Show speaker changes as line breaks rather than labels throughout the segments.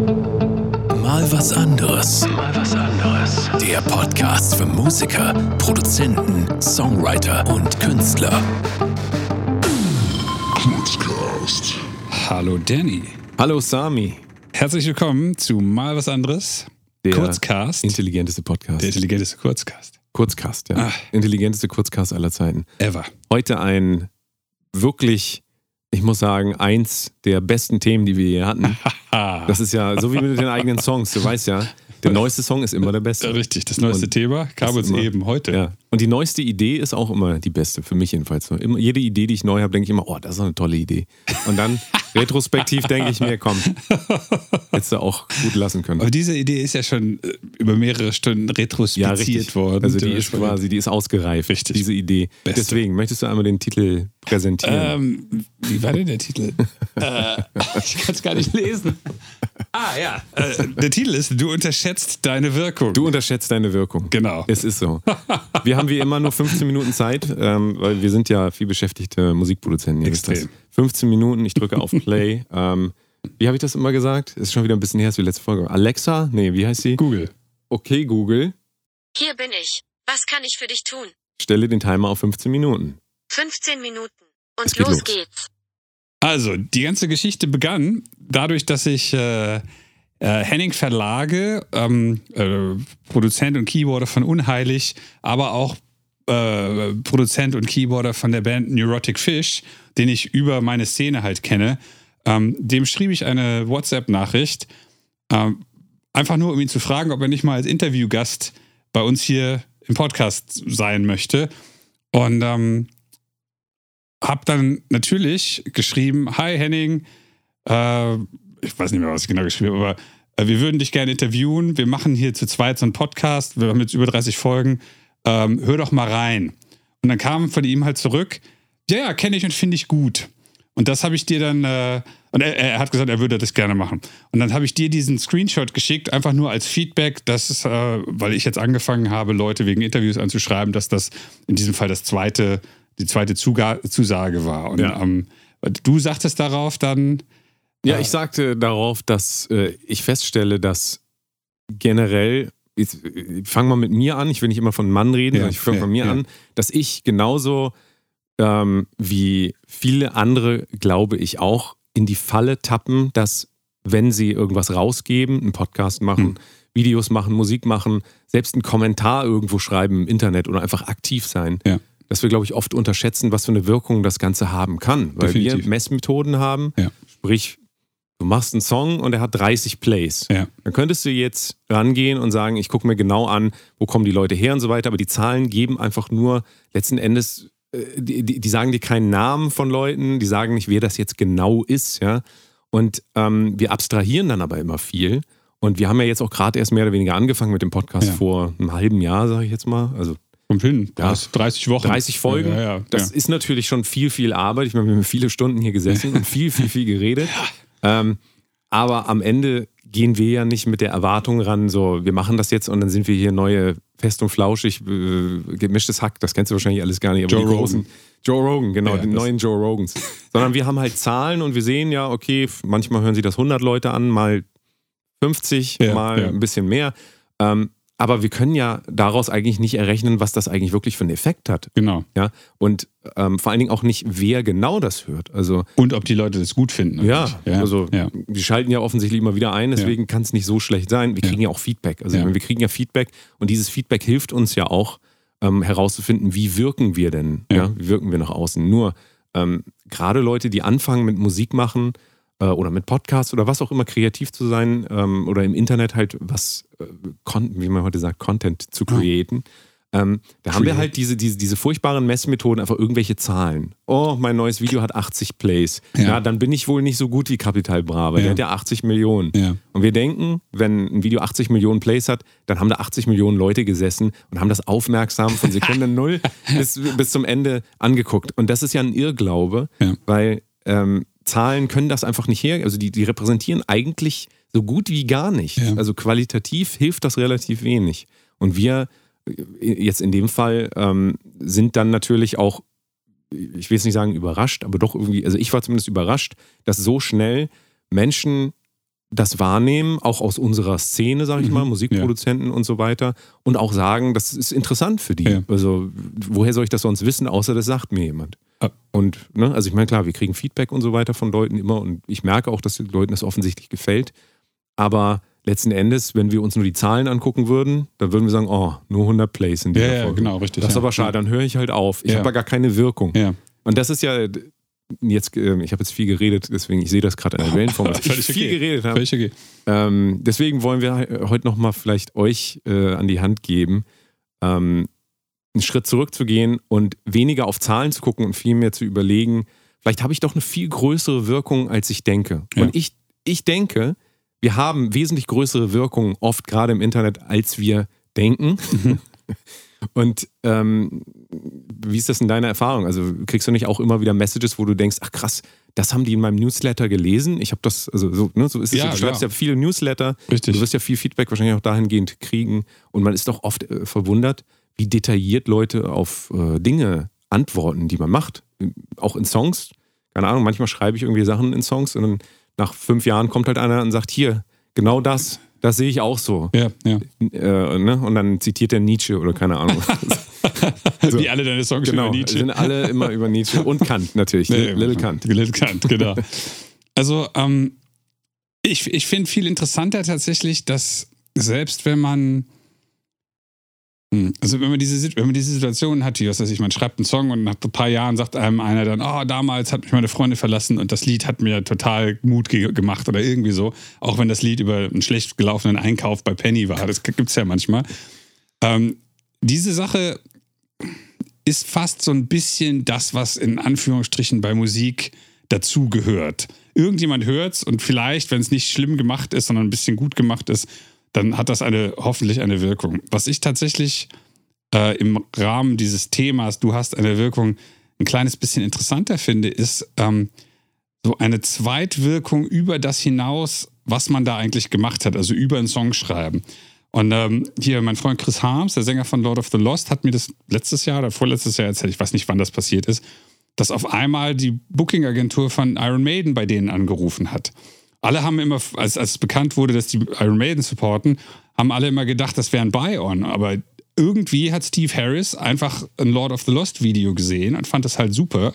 Mal was anderes.
Mal was anderes.
Der Podcast für Musiker, Produzenten, Songwriter und Künstler.
Kurzcast.
Hallo Danny.
Hallo Sami.
Herzlich willkommen zu Mal was anderes.
Der
Kurzcast.
Intelligenteste Podcast.
der intelligenteste Kurzcast.
Kurzcast, ja.
Ah.
Intelligenteste Kurzcast aller Zeiten.
Ever.
Heute ein wirklich, ich muss sagen, eins der besten Themen, die wir je hatten.
Ah,
Das ist ja so wie mit den eigenen Songs. Du weißt ja, der neueste Song ist immer der
ja,
beste.
richtig. Das neueste
Und
Thema kam
ist
uns
immer-
eben heute.
Ja. Und die neueste Idee ist auch immer die beste, für mich jedenfalls. Immer, jede Idee, die ich neu habe, denke ich immer, oh, das ist eine tolle Idee. Und dann retrospektiv denke ich mir, komm, hättest du auch gut lassen können.
Aber diese Idee ist ja schon äh, über mehrere Stunden
ja,
retrospektiert
richtig.
worden.
Also die ist
Dementsprechend-
quasi, die ist ausgereift,
Richtig.
diese Idee.
Beste.
Deswegen, möchtest du einmal den Titel präsentieren?
Ähm, wie war denn der Titel? äh, ich kann es gar nicht lesen. Ah, ja. Äh, der Titel ist Du unterschätzt deine Wirkung.
du unterschätzt deine Wirkung.
Genau.
Es ist so. Wir haben wie immer nur 15 Minuten Zeit, ähm, weil wir sind ja viel beschäftigte Musikproduzenten. ihr wisst das.
Extrem.
15 Minuten, ich drücke auf Play. ähm, wie habe ich das immer gesagt? Ist schon wieder ein bisschen her, ist wie letzte Folge. Alexa? Nee, wie heißt sie?
Google.
Okay, Google,
Hier bin ich. Was kann ich für dich tun?
stelle den Timer auf 15 Minuten.
15 Minuten.
Es
Und
geht
los,
los.
geht's.
Also, die ganze Geschichte begann dadurch, dass ich äh, äh, Henning Verlage, ähm, äh, Produzent und Keyboarder von Unheilig, aber auch äh, Produzent und Keyboarder von der Band Neurotic Fish, den ich über meine Szene halt kenne, ähm, dem schrieb ich eine WhatsApp-Nachricht, ähm, einfach nur um ihn zu fragen, ob er nicht mal als Interviewgast bei uns hier im Podcast sein möchte. Und ähm, hab dann natürlich geschrieben, hi Henning, äh, ich weiß nicht mehr, was ich genau geschrieben habe, aber äh, wir würden dich gerne interviewen. Wir machen hier zu zweit so einen Podcast, wir haben jetzt über 30 Folgen. Ähm, hör doch mal rein. Und dann kam von ihm halt zurück, ja, ja, kenne ich und finde ich gut. Und das habe ich dir dann, äh, und er, er hat gesagt, er würde das gerne machen. Und dann habe ich dir diesen Screenshot geschickt, einfach nur als Feedback, dass es, äh, weil ich jetzt angefangen habe, Leute wegen Interviews anzuschreiben, dass das in diesem Fall das zweite, die zweite Zuga Zusage war. Und
Ja.
ähm, du sagtest darauf dann,
Ja,
Ja.
ich sagte darauf, dass äh, ich feststelle, dass generell, jetzt, äh, fang mal mit mir an, ich will nicht immer von Mann reden,
Ja,
sondern ich fange
ja,
von mir
ja.
an, dass ich genauso ähm, wie viele andere, glaube ich, auch in die Falle tappen, dass wenn sie irgendwas rausgeben, einen Podcast machen,
Hm.
Videos machen, Musik machen, selbst einen Kommentar irgendwo schreiben im Internet oder einfach aktiv sein,
Ja.
dass wir, glaube ich, oft unterschätzen, was für eine Wirkung das Ganze haben kann. Weil
Definitiv.
wir Messmethoden haben,
Ja.
sprich, du machst einen Song und er hat 30 Plays.
Ja.
Dann könntest du jetzt rangehen und sagen, ich gucke mir genau an, wo kommen die Leute her und so weiter, aber die Zahlen geben einfach nur letzten Endes, äh, die, die, die sagen dir keinen Namen von Leuten, die sagen nicht, wer das jetzt genau ist, ja. Und ähm, wir abstrahieren dann aber immer viel. Und wir haben ja jetzt auch gerade erst mehr oder weniger angefangen mit dem Podcast
Ja.
vor einem halben Jahr, sage ich jetzt mal. Also
kommt hin,
Ja.
30 Wochen.
30 Folgen.
Ja, ja,
das
ja.
ist natürlich schon viel, viel Arbeit. Ich meine, wir haben viele Stunden hier gesessen und viel, viel, viel geredet. Ähm, aber am Ende gehen wir ja nicht mit der Erwartung ran, so, wir machen das jetzt und dann sind wir hier neue Fest und Flauschig, äh, gemischtes Hack, das kennst du wahrscheinlich alles gar nicht. Aber
Joe
die großen-
Rogan.
Joe Rogan, genau,
Ja,
den
das-
neuen Joe Rogans. Sondern wir haben halt Zahlen und wir sehen ja, okay, f- manchmal hören sie das 100 Leute an, mal 50,
Ja,
mal
ja.
ein bisschen mehr. Ähm, aber wir können ja daraus eigentlich nicht errechnen, was das eigentlich wirklich für einen Effekt hat.
Genau.
Ja, und ähm, vor allen Dingen auch nicht, wer genau das hört. Also,
Und ob die Leute das gut finden.
ja,
natürlich.
also
ne? ja.
die schalten ja offensichtlich immer wieder ein, deswegen kann es nicht so schlecht sein. Wir
Ja.
kriegen ja auch Feedback. Also,
Ja.
wir kriegen ja Feedback und dieses Feedback hilft uns ja auch ähm, herauszufinden, wie wirken wir denn? Ja.
Ja.
wie wirken wir nach außen? Nur ähm, gerade Leute, die anfangen mit Musik machen äh, oder mit Podcasts oder was auch immer kreativ zu sein ähm, oder im Internet halt was, äh, Con wie man heute sagt, Content zu createn. Ähm, da haben wir halt diese, diese, diese furchtbaren Messmethoden, einfach irgendwelche Zahlen. Oh, mein neues Video hat 80 Plays. Ja,
Ja.
dann bin ich wohl nicht so gut wie Capital Bra, weil der
Ja.
hat ja 80 Millionen.
Ja.
Und wir denken, wenn ein Video 80 Millionen Plays hat, dann haben da 80 Millionen Leute gesessen und haben das aufmerksam von Sekunde null bis, bis zum Ende angeguckt. Und das ist ja ein Irrglaube,
Ja.
weil ähm, Zahlen können das einfach nicht her. Also die, die repräsentieren eigentlich so gut wie gar nichts.
Ja.
Also qualitativ hilft das relativ wenig. Und wir äh, jetzt in dem Fall ähm, sind dann natürlich auch ich will jetzt nicht sagen überrascht, aber doch irgendwie, also ich war zumindest überrascht, dass so schnell Menschen das wahrnehmen, auch aus unserer Szene, sage ich
Mhm.
mal, Musikproduzenten und so weiter, und auch sagen, das ist interessant für die.
Ja.
Also, woher soll ich das sonst wissen, außer das sagt mir jemand?
Ah.
Und, ne, also ich meine, klar, wir kriegen Feedback und so weiter von Leuten immer und ich merke auch, dass den Leuten das offensichtlich gefällt. Aber letzten Endes, wenn wir uns nur die Zahlen angucken würden, dann würden wir sagen, oh, nur 100 Plays in
Ja,
dieser
ja,
Folge.
genau, richtig.
Das ist
ja.
aber schade, dann höre ich halt auf. Ich
Ja.
habe ja gar keine Wirkung.
Ja.
Und das ist ja d- jetzt, ähm, ich habe jetzt viel geredet, deswegen, ich sehe das gerade an der Wellenform, dass ich
Oh, Völlig
viel
okay.
geredet habe.
Völlig okay.
Ähm, deswegen wollen wir he- heute nochmal vielleicht euch äh, an die Hand geben, ähm, einen Schritt zurückzugehen und weniger auf Zahlen zu gucken und vielmehr zu überlegen, vielleicht habe ich doch eine viel größere Wirkung, als ich denke.
Ja.
Und ich, ich denke, wir haben wesentlich größere Wirkungen oft gerade im Internet, als wir denken.
Mhm.
und ähm, wie ist das in deiner Erfahrung? Also kriegst du nicht auch immer wieder Messages, wo du denkst, ach krass, das haben die in meinem Newsletter gelesen? Ich habe das, also so, ne, so ist es.
Ja,
Ja, du schreibst
ja.
ja viele Newsletter,
Richtig.
Du wirst ja viel Feedback wahrscheinlich auch dahingehend kriegen. Und man ist doch oft äh, verwundert, wie detailliert Leute auf äh, Dinge antworten, die man macht. Auch in Songs. Keine Ahnung, manchmal schreibe ich irgendwie Sachen in Songs und dann nach fünf Jahren kommt halt einer und sagt, hier, genau das, das sehe ich auch so.
Ja, ja.
Äh, ne? Und dann zitiert er Nietzsche oder keine Ahnung.
Wie alle deine Songs
genau,
über Nietzsche.
sind alle immer über Nietzsche und Kant natürlich,
Nee,
Little Kant.
Little Kant, genau. Also, ähm, ich, ich finde viel interessanter tatsächlich, dass selbst wenn man. Hm, Also wenn man diese Sit- wenn man diese Situation hat, die, was weiß ich, man schreibt einen Song und nach ein paar Jahren sagt einem einer dann, oh, damals hat mich meine Freundin verlassen und das Lied hat mir total Mut ge gemacht oder irgendwie so, auch wenn das Lied über einen schlecht gelaufenen Einkauf bei Penny war, das gibt's ja manchmal. Ähm, diese Sache ist fast so ein bisschen das, was in Anführungsstrichen bei Musik dazugehört. Irgendjemand hört's und vielleicht, wenn es nicht schlimm gemacht ist, sondern ein bisschen gut gemacht ist, dann hat das eine hoffentlich eine Wirkung. Was ich tatsächlich äh, im Rahmen dieses Themas, du hast eine Wirkung, ein kleines bisschen interessanter finde, ist ähm, so eine Zweitwirkung über das hinaus, was man da eigentlich gemacht hat, also über einen Song schreiben. Und ähm, hier mein Freund Chris Harms, der Sänger von Lord of the Lost, hat mir das letztes Jahr oder vorletztes Jahr erzählt, ich weiß nicht, wann das passiert ist, dass auf einmal die Booking-Agentur von Iron Maiden bei denen angerufen hat. Alle haben immer, als, als bekannt wurde, dass die Iron Maiden supporten, haben alle immer gedacht, das wäre ein Buy-On. Aber irgendwie hat Steve Harris einfach ein Lord of the Lost Video gesehen und fand das halt super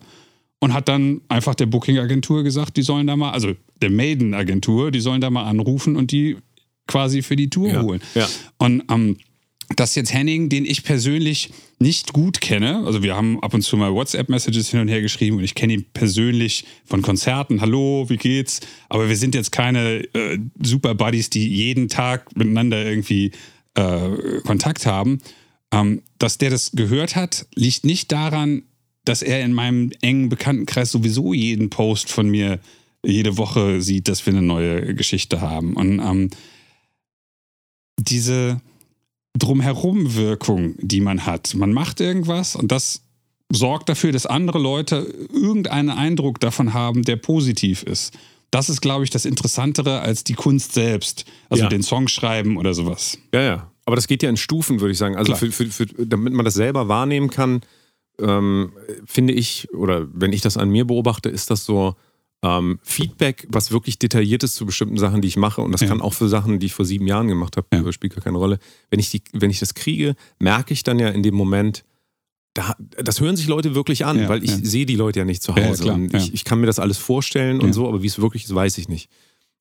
und hat dann einfach der Booking-Agentur gesagt, die sollen da mal, also der Maiden-Agentur, die sollen da mal anrufen und die quasi für die Tour
Ja,
holen.
ja.
Und ähm, dass jetzt Henning, den ich persönlich nicht gut kenne, also wir haben ab und zu mal WhatsApp-Messages hin und her geschrieben und ich kenne ihn persönlich von Konzerten, hallo, wie geht's? Aber wir sind jetzt keine äh, Super-Buddies, die jeden Tag miteinander irgendwie äh, Kontakt haben. Ähm, dass der das gehört hat, liegt nicht daran, dass er in meinem engen Bekanntenkreis sowieso jeden Post von mir jede Woche sieht, dass wir eine neue Geschichte haben. Und ähm, diese Drumherum-Wirkung, die man hat. Man macht irgendwas und das sorgt dafür, dass andere Leute irgendeinen Eindruck davon haben, der positiv ist. Das ist, glaube ich, das Interessantere als die Kunst selbst. Also
Ja.
den Song schreiben oder sowas.
Ja, ja. Aber das geht ja in Stufen, würde ich sagen. Also,
Klar.
für, für, für, damit man das selber wahrnehmen kann, ähm, finde ich, oder wenn ich das an mir beobachte, ist das so ähm, Feedback, was wirklich detailliert ist zu bestimmten Sachen, die ich mache. Und das
Ja.
kann auch für Sachen, die ich vor sieben Jahren gemacht habe, äh,
Ja.
spielt gar keine Rolle. Wenn ich, die, wenn ich das kriege, merke ich dann ja in dem Moment, da, das hören sich Leute wirklich an,
Ja,
weil ich
ja.
sehe die Leute ja nicht zu
Ja, ja,
Hause.
klar,
und
ja.
ich, ich kann mir das alles vorstellen und
Ja.
so, aber wie es wirklich ist, weiß ich nicht.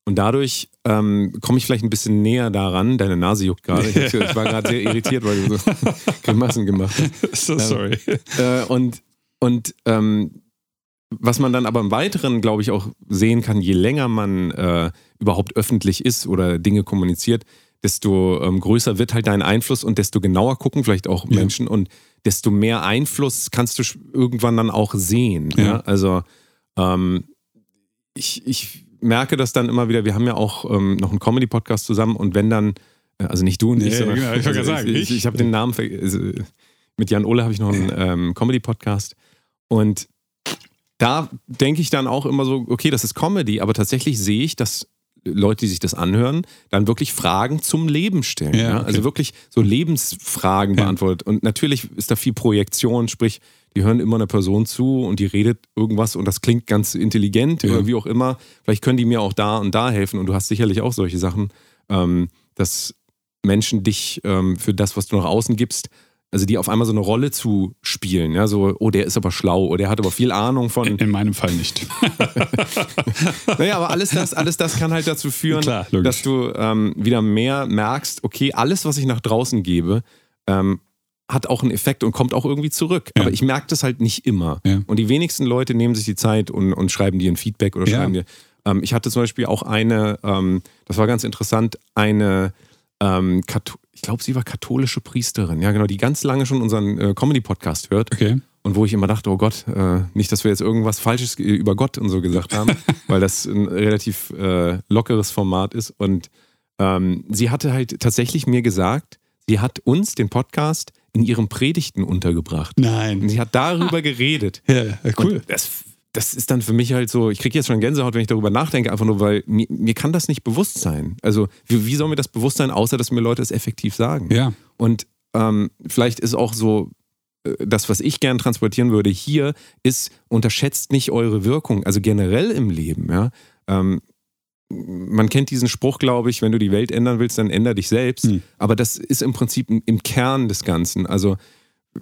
Und dadurch ähm, komme ich vielleicht ein bisschen näher daran. Deine Nase juckt gerade. Ich, hab's- ich war gerade sehr irritiert, weil du so Grimassen gemacht hast.
So sorry.
Äh, und und ähm, was man dann aber im Weiteren, glaube ich, auch sehen kann, je länger man äh, überhaupt öffentlich ist oder Dinge kommuniziert, desto ähm, größer wird halt dein Einfluss und desto genauer gucken vielleicht auch
Ja.
Menschen und desto mehr Einfluss kannst du sch- irgendwann dann auch sehen.
Ja.
Ja. Also ähm, ich, ich merke das dann immer wieder. Wir haben ja auch ähm, noch einen Comedy-Podcast zusammen und wenn dann, äh, also nicht du und
Nee,
ich, sondern
genau, ich wollte
also
gerade sagen,
ich, ich,
ich.
ich habe den Namen ver- also, mit Jan Ole habe ich noch einen ähm, Comedy-Podcast und da denke ich dann auch immer so, okay, das ist Comedy, aber tatsächlich sehe ich, dass Leute, die sich das anhören, dann wirklich Fragen zum Leben stellen.
Ja,
Ja,
okay.
Also wirklich so Lebensfragen
Ja.
beantwortet. Und natürlich ist da viel Projektion, sprich, die hören immer einer Person zu und die redet irgendwas und das klingt ganz intelligent
Ja.
oder wie auch immer. Vielleicht können die mir auch da und da helfen und du hast sicherlich auch solche Sachen, ähm, dass Menschen dich ähm, für das, was du nach außen gibst, also die auf einmal so eine Rolle zu spielen, ja, so, oh, der ist aber schlau, oh, der hat aber viel Ahnung von.
In meinem Fall nicht.
Naja, aber alles das, alles das kann halt dazu führen,
Klar, logisch.
dass du ähm, wieder mehr merkst, okay, alles, was ich nach draußen gebe, ähm, hat auch einen Effekt und kommt auch irgendwie zurück.
Ja.
Aber ich merke das halt nicht immer.
Ja.
Und die wenigsten Leute nehmen sich die Zeit und, und schreiben dir ein Feedback oder
Ja.
schreiben dir. Ähm, ich hatte zum Beispiel auch eine, ähm, das war ganz interessant, eine, ähm, Katho- ich glaube, sie war katholische Priesterin, ja genau, die ganz lange schon unseren äh, Comedy-Podcast hört.
Okay.
Und wo ich immer dachte, oh Gott, äh, nicht, dass wir jetzt irgendwas Falsches ge- über Gott und so gesagt haben, weil das ein relativ äh, lockeres Format ist. Und ähm, sie hatte halt tatsächlich mir gesagt, sie hat uns den Podcast in ihren Predigten untergebracht. Und
Nein.
sie hat darüber geredet.
Ja, äh, cool.
Und das, das ist dann für mich halt so, ich kriege jetzt schon Gänsehaut, wenn ich darüber nachdenke, einfach nur, weil mir, mir kann das nicht bewusst sein. Also wie, wie soll mir das bewusst sein, außer dass mir Leute es effektiv sagen?
Ja.
Und ähm, vielleicht ist auch so, äh, das, was ich gern transportieren würde hier, ist, unterschätzt nicht eure Wirkung, also generell im Leben. Ja? Ähm, man kennt diesen Spruch, glaube ich, wenn du die Welt ändern willst, dann änder dich selbst.
Hm.
Aber das ist im Prinzip im- im Kern des Ganzen. Also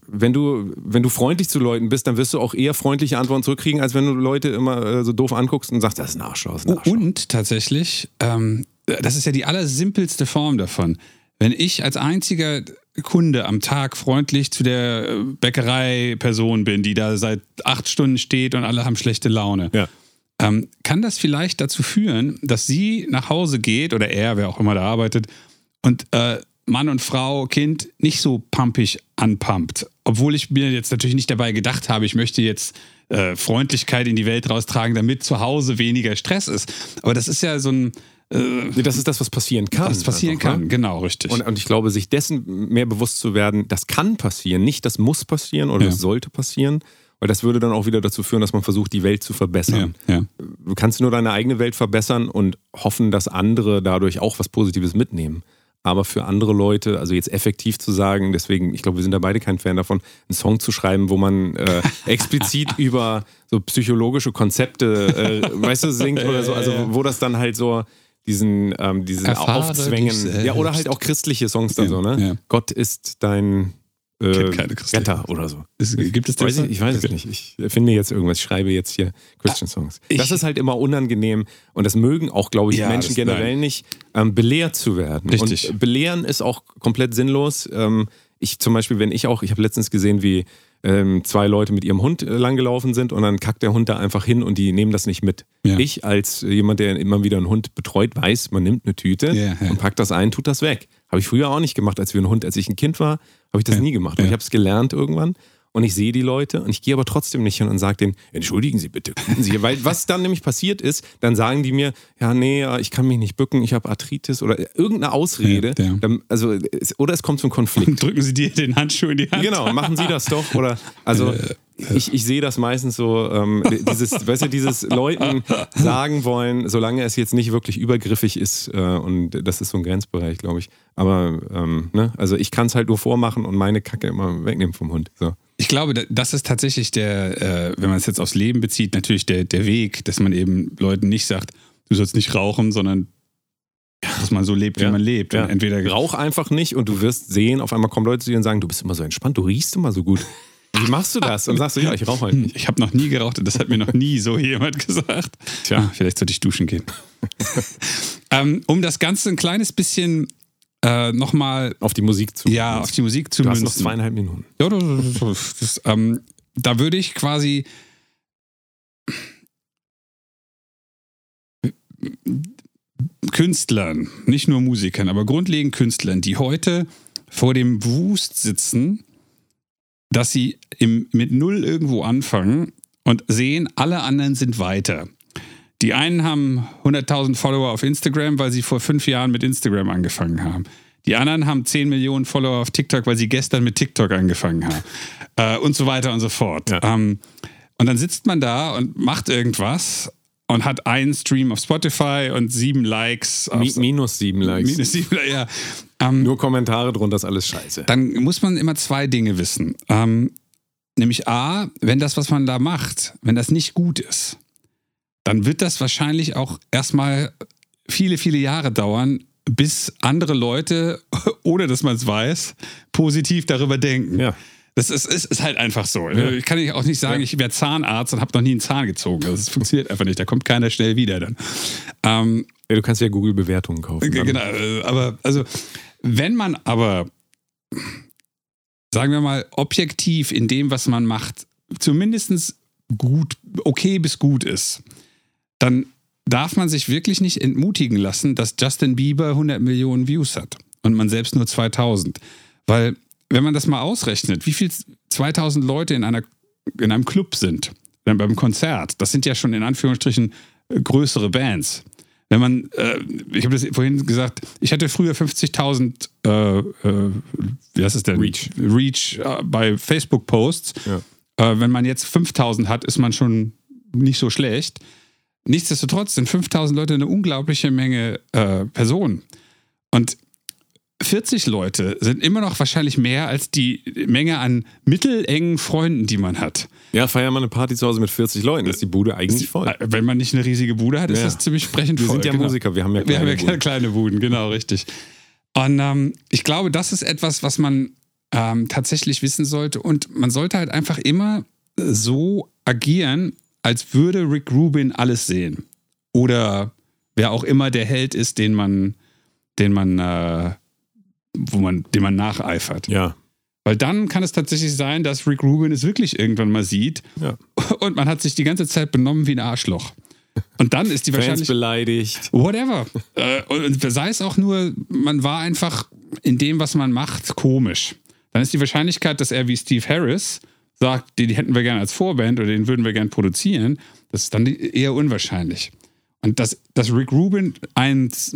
wenn du, wenn du freundlich zu Leuten bist, dann wirst du auch eher freundliche Antworten zurückkriegen, als wenn du Leute immer äh, so doof anguckst und sagst, das ist ein Arschloch.
Oh,
Das ist ein Arschloch.
Und tatsächlich, ähm, das ist ja die allersimpelste Form davon. Wenn ich als einziger Kunde am Tag freundlich zu der äh, Bäckerei-Person bin, die da seit acht Stunden steht und alle haben schlechte Laune,
Ja.
ähm, kann das vielleicht dazu führen, dass sie nach Hause geht oder er, wer auch immer da arbeitet, und äh, Mann und Frau, Kind nicht so pumpig anpumpt. Obwohl ich mir jetzt natürlich nicht dabei gedacht habe, ich möchte jetzt äh, Freundlichkeit in die Welt raustragen, damit zu Hause weniger Stress ist. Aber das ist ja so ein,
Nee, Das ist das, was passieren kann.
was passieren
einfach, ne?
kann. Genau, richtig.
Und, und ich glaube, sich dessen mehr bewusst zu werden, das kann passieren, nicht das muss passieren oder
Ja.
das sollte passieren, weil das würde dann auch wieder dazu führen, dass man versucht, die Welt zu
ja,
verbessern.
ja.
Du kannst nur deine eigene Welt verbessern und hoffen, dass andere dadurch auch was Positives mitnehmen. Aber für andere Leute, also jetzt effektiv zu sagen, deswegen, ich glaube, wir sind da beide kein Fan davon, einen Song zu schreiben, wo man äh, explizit über so psychologische Konzepte, äh, weißt du, singt oder so, also wo das dann halt so diesen, ähm, diesen
Erfahre dich
Aufzwängen,
selbst.
ja, oder halt auch christliche Songs dann
Ja,
so, ne?
ja.
Gott ist dein äh,
Kennt keine christliche.
Retter oder so.
Es, gibt es
Weiß
das?
ich, ich weiß es nicht. Ich finde jetzt irgendwas, ich schreibe jetzt hier Christian
Ah,
Songs. das ist halt immer unangenehm und das mögen auch, glaube ich,
Ja,
Menschen
das-
generell
nein.
nicht, ähm, belehrt zu werden.
Richtig.
Und belehren ist auch komplett sinnlos. Ähm, ich zum Beispiel, wenn ich auch, ich habe letztens gesehen, wie ähm, zwei Leute mit ihrem Hund äh, langgelaufen sind und dann kackt der Hund da einfach hin und die nehmen das nicht mit.
Ja.
Ich als äh, jemand, der immer wieder einen Hund betreut, weiß, man nimmt eine Tüte
Ja, ja.
und packt das ein, tut das weg. Habe ich früher auch nicht gemacht, als wir ein Hund, als ich ein Kind war, habe ich das nie gemacht. Und ich habe es gelernt irgendwann und ich sehe die Leute und ich gehe aber trotzdem nicht hin und sage denen, entschuldigen Sie bitte, gucken Sie hier. Weil was dann nämlich passiert ist, dann sagen die mir, ja, nee, ja, ich kann mich nicht bücken, ich habe Arthritis oder irgendeine Ausrede.
Ja, ja.
Dann, also, es, oder es kommt zum Konflikt.
Drücken Sie dir den Handschuh in die Hand.
Genau, machen Sie das doch. Oder also ich, ich sehe das meistens so, ähm, dieses, weißt du, dieses Leuten sagen wollen, solange es jetzt nicht wirklich übergriffig ist, äh, und das ist so ein Grenzbereich, glaube ich. Aber ähm, ne, also ich kann es halt nur vormachen und meine Kacke immer wegnehmen vom Hund. So.
Ich glaube, da- das ist tatsächlich der, äh, wenn man es jetzt aufs Leben bezieht, natürlich der, der Weg, dass man eben Leuten nicht sagt, du sollst nicht rauchen, sondern dass man so lebt, wie
Ja.
man lebt.
Ja.
Und entweder
Rauch einfach nicht und du wirst sehen, auf einmal kommen Leute zu dir und sagen, du bist immer so entspannt, du riechst immer so gut. Wie machst du das? Und sagst du, ja, ich rauche halt
Hm,
nicht.
Ich habe noch nie geraucht und das hat mir noch nie so jemand gesagt. Tja, ah, vielleicht sollte ich duschen gehen. ähm, um das Ganze ein kleines bisschen äh, nochmal
Auf die Musik zu.
ja, auf die Musik zu
du hast noch
münzen.
zweieinhalb Minuten.
Ja, das, das, das, das, ähm, da würde ich quasi. Künstlern, nicht nur Musikern, aber grundlegend Künstlern, die heute vor dem Wust sitzen, dass sie im, mit Null irgendwo anfangen und sehen, alle anderen sind weiter. Die einen haben 100.000 Follower auf Instagram, weil sie vor fünf Jahren mit Instagram angefangen haben. Die anderen haben 10 Millionen Follower auf TikTok, weil sie gestern mit TikTok angefangen haben. äh, und so weiter und so fort. Ähm, und dann sitzt man da und macht irgendwas und hat einen Stream auf Spotify und sieben Likes. Auf
Mi minus sieben Likes.
Minus sieben, ja. Ähm,
Nur Kommentare drunter, ist alles scheiße.
dann muss man immer zwei Dinge wissen. Ähm, Nämlich A, wenn das, was man da macht, wenn das nicht gut ist, dann wird das wahrscheinlich auch erstmal viele, viele Jahre dauern, bis andere Leute, ohne dass man es weiß, positiv darüber denken.
Ja.
Das ist, ist, ist halt einfach so.
Ja.
Ich kann auch nicht sagen, ich wäre Zahnarzt und habe noch nie einen Zahn gezogen. Also, Das funktioniert einfach nicht. Da kommt keiner schnell wieder dann. Ähm,
Ja, du kannst ja Google-Bewertungen kaufen.
G-
Dann-
Genau, äh, aber also, wenn man aber, sagen wir mal, objektiv in dem, was man macht, zumindest gut, okay bis gut ist, dann darf man sich wirklich nicht entmutigen lassen, dass Justin Bieber 100 Millionen Views hat und man selbst nur 2000. Weil, wenn man das mal ausrechnet, wie viel 2000 Leute in, einer, in einem Club sind, dann beim Konzert, das sind ja schon in Anführungsstrichen äh, größere Bands. Wenn man, äh, ich habe das vorhin gesagt, ich hatte früher 50.000, äh, äh, wie heißt es denn?
Reach.
Reach äh, bei Facebook-Posts.
Ja.
Äh, wenn man jetzt 5000 hat, ist man schon nicht so schlecht. Nichtsdestotrotz sind 5000 Leute eine unglaubliche Menge äh, Personen. Und 40 Leute sind immer noch wahrscheinlich mehr als die Menge an mittelengen Freunden, die man hat.
Ja, feier mal eine Party zu Hause mit 40 Leuten. Ist die Bude eigentlich voll.
Äh, Wenn man nicht eine riesige Bude hat, ist
Ja.
das ziemlich sprechend
Wir
voll.
sind ja
genau.
Musiker, wir haben ja
Wir haben ja
keine Bude.
kleine, kleine Buden, genau, richtig. Und ähm, ich glaube, das ist etwas, was man ähm, tatsächlich wissen sollte. Und man sollte halt einfach immer äh, so agieren, als würde Rick Rubin alles sehen. Oder wer auch immer der Held ist, den man, den man, äh, wo man, den man nacheifert.
Ja,
Weil dann kann es tatsächlich sein, dass Rick Rubin es wirklich irgendwann mal sieht
ja.
und man hat sich die ganze Zeit benommen wie ein Arschloch. Und dann ist die
Fans
wahrscheinlich
beleidigt.
Whatever. äh, und und sei es auch nur, man war einfach in dem, was man macht, komisch. Dann ist die Wahrscheinlichkeit, dass er wie Steve Harris sagt, den hätten wir gern als Vorband oder den würden wir gern produzieren, das ist dann die- eher unwahrscheinlich. Und dass, dass Rick Rubin eins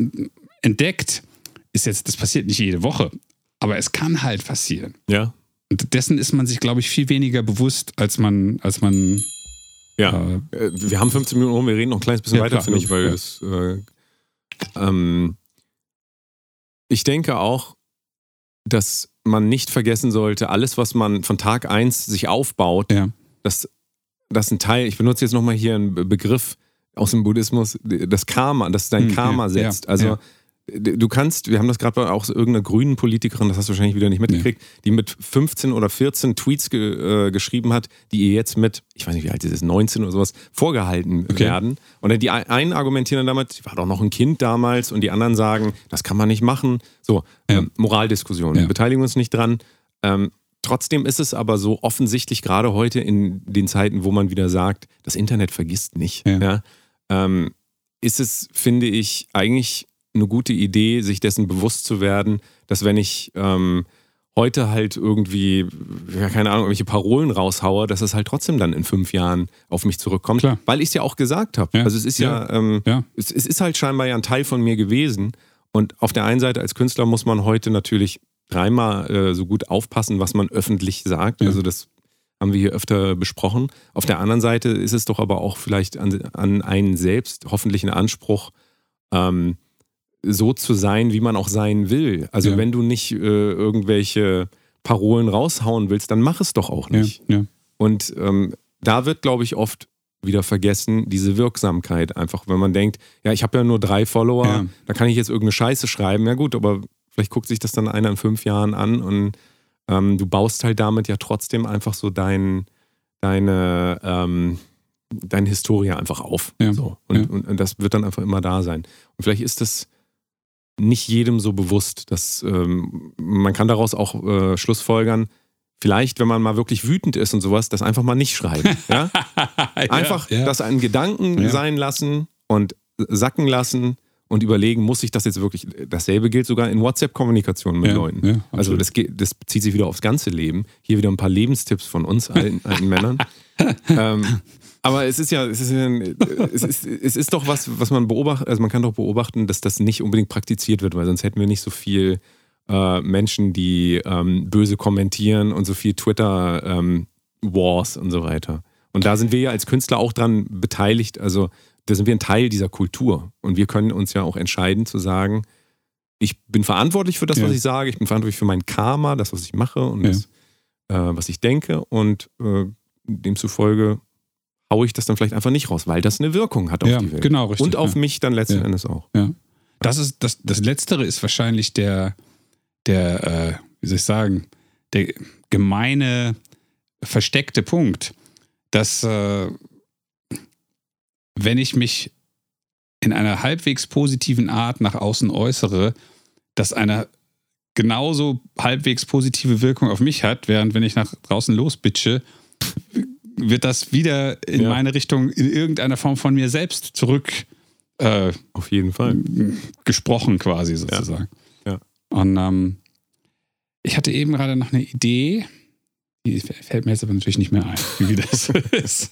entdeckt, ist jetzt, das passiert nicht jede Woche, aber es kann halt passieren.
Ja.
Und dessen ist man sich, glaube ich, viel weniger bewusst, als man, als man
Ja. Äh, wir haben 15 Minuten rum, wir reden noch ein kleines bisschen
Ja,
weiter,
klar.
finde ich, weil
Ja.
das. Äh, ähm, ich denke auch, dass man nicht vergessen sollte, alles, was man von Tag 1 sich aufbaut,
Ja.
dass das ein Teil, ich benutze jetzt nochmal hier einen Be- Begriff aus dem Buddhismus, das Karma, dass dein
Hm,
Karma
ja,
setzt.
ja,
also
ja.
d- du kannst, wir haben das gerade bei auch so irgendeiner grünen Politikerin, das hast du wahrscheinlich wieder nicht mitgekriegt, die mit 15 oder 14 Tweets ge, äh, geschrieben hat, die ihr jetzt mit, ich weiß nicht, wie alt sie ist, 19 oder sowas, vorgehalten
Okay.
werden. Und dann die ein- einen argumentieren dann damit, sie war doch noch ein Kind damals und die anderen sagen, das kann man nicht machen. So,
Ja.
ähm, Moraldiskussion, wir
Ja.
beteiligen uns nicht dran. Ähm, Trotzdem ist es aber so offensichtlich, gerade heute in den Zeiten, wo man wieder sagt, das Internet vergisst nicht, ja.
Ja.
ähm, ist es, finde ich, eigentlich eine gute Idee, sich dessen bewusst zu werden, dass wenn ich ähm, heute halt irgendwie, ja, keine Ahnung, irgendwelche Parolen raushaue, dass es halt trotzdem dann in fünf Jahren auf mich zurückkommt,
Klar.
weil ich es ja auch gesagt habe.
Ja.
Also es ist ja, ähm,
Ja.
Es, es ist halt scheinbar ja ein Teil von mir gewesen. Und auf der einen Seite als Künstler muss man heute natürlich dreimal äh, so gut aufpassen, was man öffentlich sagt.
Ja.
Also das haben wir hier öfter besprochen. Auf der anderen Seite ist es doch aber auch vielleicht an, an einen selbst hoffentlich ein Anspruch, ähm, so zu sein, wie man auch sein will. Also
Ja.
wenn du nicht äh, irgendwelche Parolen raushauen willst, dann mach es doch auch
ja,
nicht.
ja.
Und ähm, da wird, glaube ich, oft wieder vergessen, diese Wirksamkeit einfach, wenn man denkt, ja, ich habe ja nur drei Follower,
Ja.
da kann ich jetzt irgendeine Scheiße schreiben. Ja gut, aber vielleicht guckt sich das dann einer in fünf Jahren an und ähm, du baust halt damit ja trotzdem einfach so dein, deine, ähm, deine Historie einfach auf.
Ja.
So. Und,
Ja.
und, und das wird dann einfach immer da sein. Und vielleicht ist das nicht jedem so bewusst, dass ähm, man kann daraus auch äh, Schlussfolgern, vielleicht, wenn man mal wirklich wütend ist und sowas, das einfach mal nicht schreiben. ja? Einfach
ja.
das einen Gedanken
Ja.
sein lassen und sacken lassen und überlegen, muss ich das jetzt wirklich. Dasselbe gilt sogar in WhatsApp-Kommunikation mit
Ja,
Leuten.
ja,
also
absolut.
das, geht, das bezieht sich wieder aufs ganze Leben. Hier wieder ein paar Lebenstipps von uns alten, alten Männern. ähm, aber es ist ja, es ist, ja ein, es ist, es ist doch was, was man beobachtet, also man kann doch beobachten, dass das nicht unbedingt praktiziert wird, weil sonst hätten wir nicht so viel äh, Menschen, die ähm, böse kommentieren und so viel Twitter-Wars und so weiter. Und da sind wir ja als Künstler auch dran beteiligt, also da sind wir ein Teil dieser Kultur. Und wir können uns ja auch entscheiden zu sagen, ich bin verantwortlich für das,
Ja.
was ich sage, ich bin verantwortlich für mein Karma, das, was ich mache und
Ja.
das, äh, was ich denke und äh, demzufolge haue ich das dann vielleicht einfach nicht raus, weil das eine Wirkung hat auf
Ja,
die Welt.
genau, richtig,
Und auf
ja.
mich dann letzten
Ja.
Endes auch.
Das ist das, das Letztere ist wahrscheinlich der, der, äh, wie soll ich sagen, der gemeine, versteckte Punkt, dass äh, wenn ich mich in einer halbwegs positiven Art nach außen äußere, dass eine genauso halbwegs positive Wirkung auf mich hat, während wenn ich nach draußen losbitsche, wird das wieder in
Ja.
meine Richtung in irgendeiner Form von mir selbst zurück äh,
Auf jeden Fall.
gesprochen quasi sozusagen.
Ja.
Und ähm, ich hatte eben gerade noch eine Idee, die fällt mir jetzt aber natürlich nicht mehr ein, wie das ist.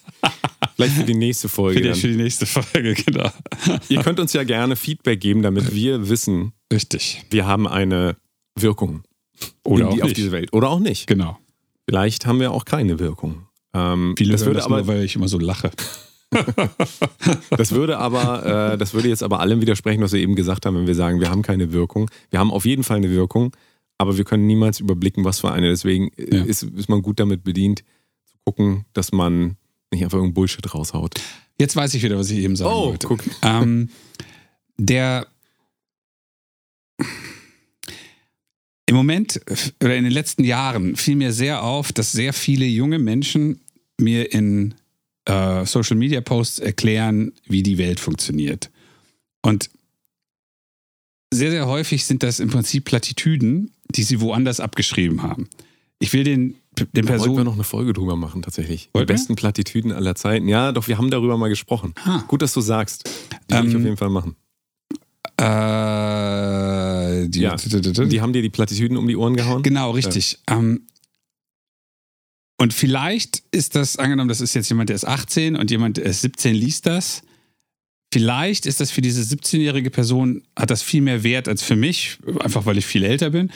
Vielleicht für die nächste Folge.
Für die,
Dann.
für die nächste Folge, genau.
Ihr könnt uns ja gerne Feedback geben, damit wir wissen,
Richtig.
wir haben eine Wirkung
Oder
in die,
auch
auf
nicht.
diese Welt. Oder auch nicht.
Genau.
Vielleicht haben wir auch keine Wirkung. Ähm,
Viele
das,
hören
würde
das nur,
aber,
weil ich immer so lache.
das würde aber, äh, das würde jetzt aber allem widersprechen, was wir eben gesagt haben, wenn wir sagen, wir haben keine Wirkung. Wir haben auf jeden Fall eine Wirkung, aber wir können niemals überblicken, was für eine. Deswegen äh,
Ja.
ist, ist man gut damit bedient, zu gucken, dass man nicht einfach irgendeinen Bullshit raushaut.
Jetzt weiß ich wieder, was ich eben sagen
Oh,
wollte.
guck.
Ähm, der im Moment f- oder in den letzten Jahren fiel mir sehr auf, dass sehr viele junge Menschen mir in äh, Social Media Posts erklären, wie die Welt funktioniert. Und sehr, sehr häufig sind das im Prinzip Plattitüden, die sie woanders abgeschrieben haben. Ich will den, den
Da wollten wir
Personen.
noch eine Folge drüber machen, tatsächlich.
Wollten
die
wir?
besten Plattitüden aller Zeiten. Ja, doch, wir haben darüber mal gesprochen.
Ah.
Gut, dass du sagst. Die will ich
Ähm,
auf jeden Fall machen.
Äh, die,
Ja. Die haben dir die Plattitüden um die Ohren gehauen?
Genau, richtig. Ähm, und vielleicht ist das, angenommen, das ist jetzt jemand, der ist 18 und jemand, der ist 17, liest das. Vielleicht ist das für diese 17-jährige Person, hat das viel mehr Wert als für mich, einfach weil ich viel älter bin.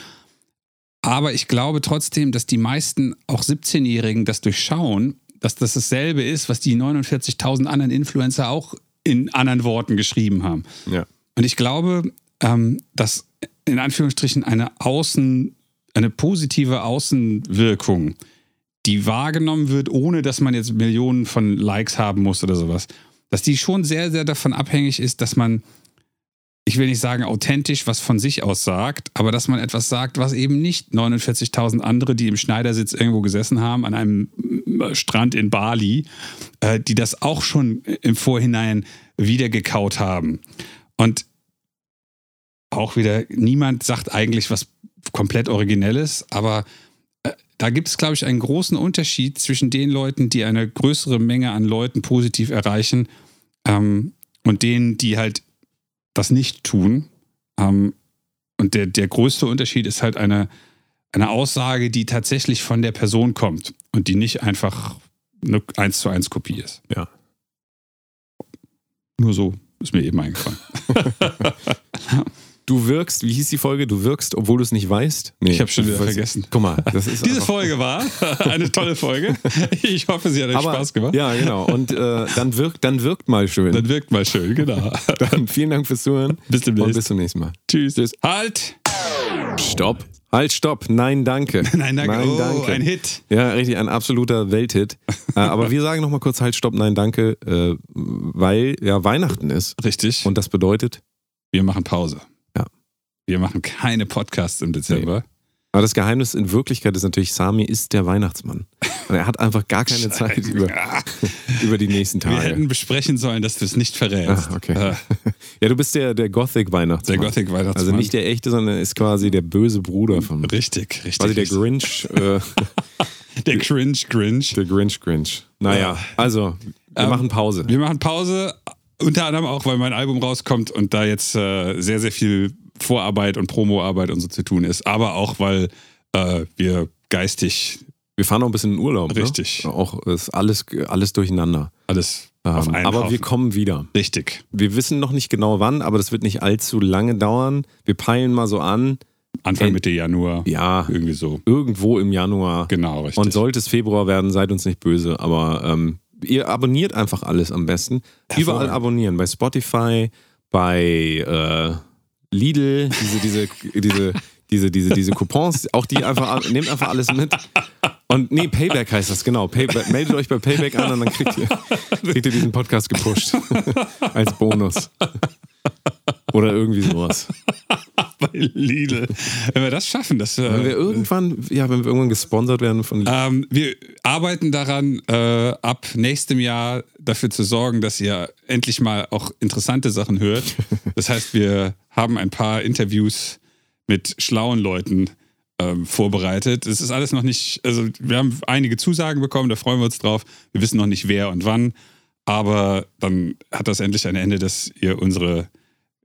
Aber ich glaube trotzdem, dass die meisten, auch 17-Jährigen, das durchschauen, dass das dasselbe ist, was die 49.000 anderen Influencer auch in anderen Worten geschrieben haben.
Ja.
Und ich glaube, ähm, dass in Anführungsstrichen eine Außen, eine positive Außenwirkung, die wahrgenommen wird, ohne dass man jetzt Millionen von Likes haben muss oder sowas, dass die schon sehr, sehr davon abhängig ist, dass man, ich will nicht sagen authentisch, was von sich aus sagt, aber dass man etwas sagt, was eben nicht 49.000 andere, die im Schneidersitz irgendwo gesessen haben, an einem äh, Strand in Bali, äh, die das auch schon im Vorhinein wiedergekaut haben. Und auch wieder, niemand sagt eigentlich was komplett Originelles, aber äh, da gibt es, glaube ich, einen großen Unterschied zwischen den Leuten, die eine größere Menge an Leuten positiv erreichen ähm, und denen, die halt das nicht tun. Ähm, und der, der größte Unterschied ist halt eine, eine Aussage, die tatsächlich von der Person kommt und die nicht einfach eine 1 zu 1 Kopie ist.
Ja.
Nur so ist mir eben eingefallen.
Du wirkst, wie hieß die Folge? Du wirkst, obwohl du es nicht weißt? Nee,
Ich habe schon
du
wieder
weißt-
vergessen.
Guck mal, das ist
Diese
einfach-
Folge war eine tolle Folge. Ich hoffe, sie hat euch
Aber,
Spaß gemacht.
Ja, genau. Und äh, dann, wirkt, dann wirkt mal schön.
Dann wirkt mal schön, genau.
Dann vielen Dank fürs Zuhören.
Bis demnächst.
Und bis zum nächsten Mal.
Tschüss. Halt!
Stopp. Halt, stopp. Nein, danke.
Nein, danke. oh, ein Hit.
Ja, richtig, ein absoluter Welthit. Äh, Aber wir sagen nochmal kurz Halt, Stopp, Nein, Danke, äh, weil ja Weihnachten ist.
Richtig. Und
Und das bedeutet,
wir machen Pause.
Ja.
Wir machen keine Podcasts im Dezember.
aber das Geheimnis in Wirklichkeit ist natürlich, Sami ist der Weihnachtsmann. Und er hat einfach gar keine Zeit über,
Ah,
über die nächsten
Wir
Tage.
hätten besprechen sollen, dass du es nicht verrätst.
Ah, okay.
Äh,
Ja, du bist der, der
der
Gothic-Weihnachtsmann.
Gothic-Weihnachtsmann.
Also nicht der echte, sondern ist quasi der böse Bruder von.
Richtig, richtig.
Quasi der
richtig.
Grinch. Äh,
der Cringe, Grinch.
der Grinch Grinch. Naja, also, wir
Ähm,
machen Pause.
Wir machen Pause, unter anderem auch, weil mein Album rauskommt und da jetzt äh, sehr, sehr viel Vorarbeit und Promoarbeit und so zu tun ist. Aber auch, weil äh, wir geistig
Wir fahren noch ein bisschen in Urlaub.
Richtig.
Ne? Auch ist alles, alles durcheinander.
alles
Ähm,
auf einen
aber
Haufen.
wir kommen wieder.
Richtig.
Wir wissen noch nicht genau wann, aber das wird nicht allzu lange dauern. Wir peilen mal so an.
Anfang
Ey.
Mitte Januar.
Ja,
Irgendwie so.
irgendwo im Januar.
Genau, richtig.
Und sollte es Februar werden, seid uns nicht böse, aber ähm, ihr abonniert einfach alles am besten.
Hervorragend.
Überall abonnieren, bei Spotify, bei äh, Lidl, diese, diese, diese Diese, diese, diese Coupons, auch die einfach, nehmt einfach alles mit. Und nee, Payback heißt das, genau. Payback, meldet euch bei Payback an und dann kriegt ihr, kriegt ihr diesen Podcast gepusht. Als Bonus. Oder irgendwie sowas.
bei Lidl. Wenn wir das schaffen, das.
Wenn
Äh,
wir irgendwann, ja, wenn wir irgendwann gesponsert werden von
ähm, wir arbeiten daran, äh, ab nächstem Jahr dafür zu sorgen, dass ihr endlich mal auch interessante Sachen hört. Das heißt, wir haben ein paar Interviews mit schlauen Leuten ähm, vorbereitet. Es ist alles noch nicht, also wir haben einige Zusagen bekommen, da freuen wir uns drauf. Wir wissen noch nicht wer und wann, aber dann hat das endlich ein Ende, dass ihr unsere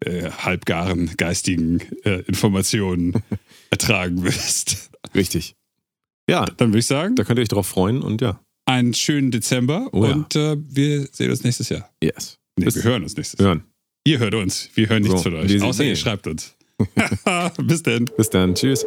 äh, halbgaren geistigen äh, Informationen ertragen müsst.
Richtig. Ja,
Dann würde ich sagen,
da könnt ihr euch drauf freuen und ja.
einen schönen Dezember
Oh ja.
und äh, wir sehen uns nächstes Jahr.
Yes.
Nee,
Bis-
wir hören uns nächstes Jahr.
Hören.
Ihr hört uns, wir hören nichts
So,
von euch,
wir- eh.
außer
nee.
ihr schreibt uns. Bis dann.
Bis dann. Tschüss.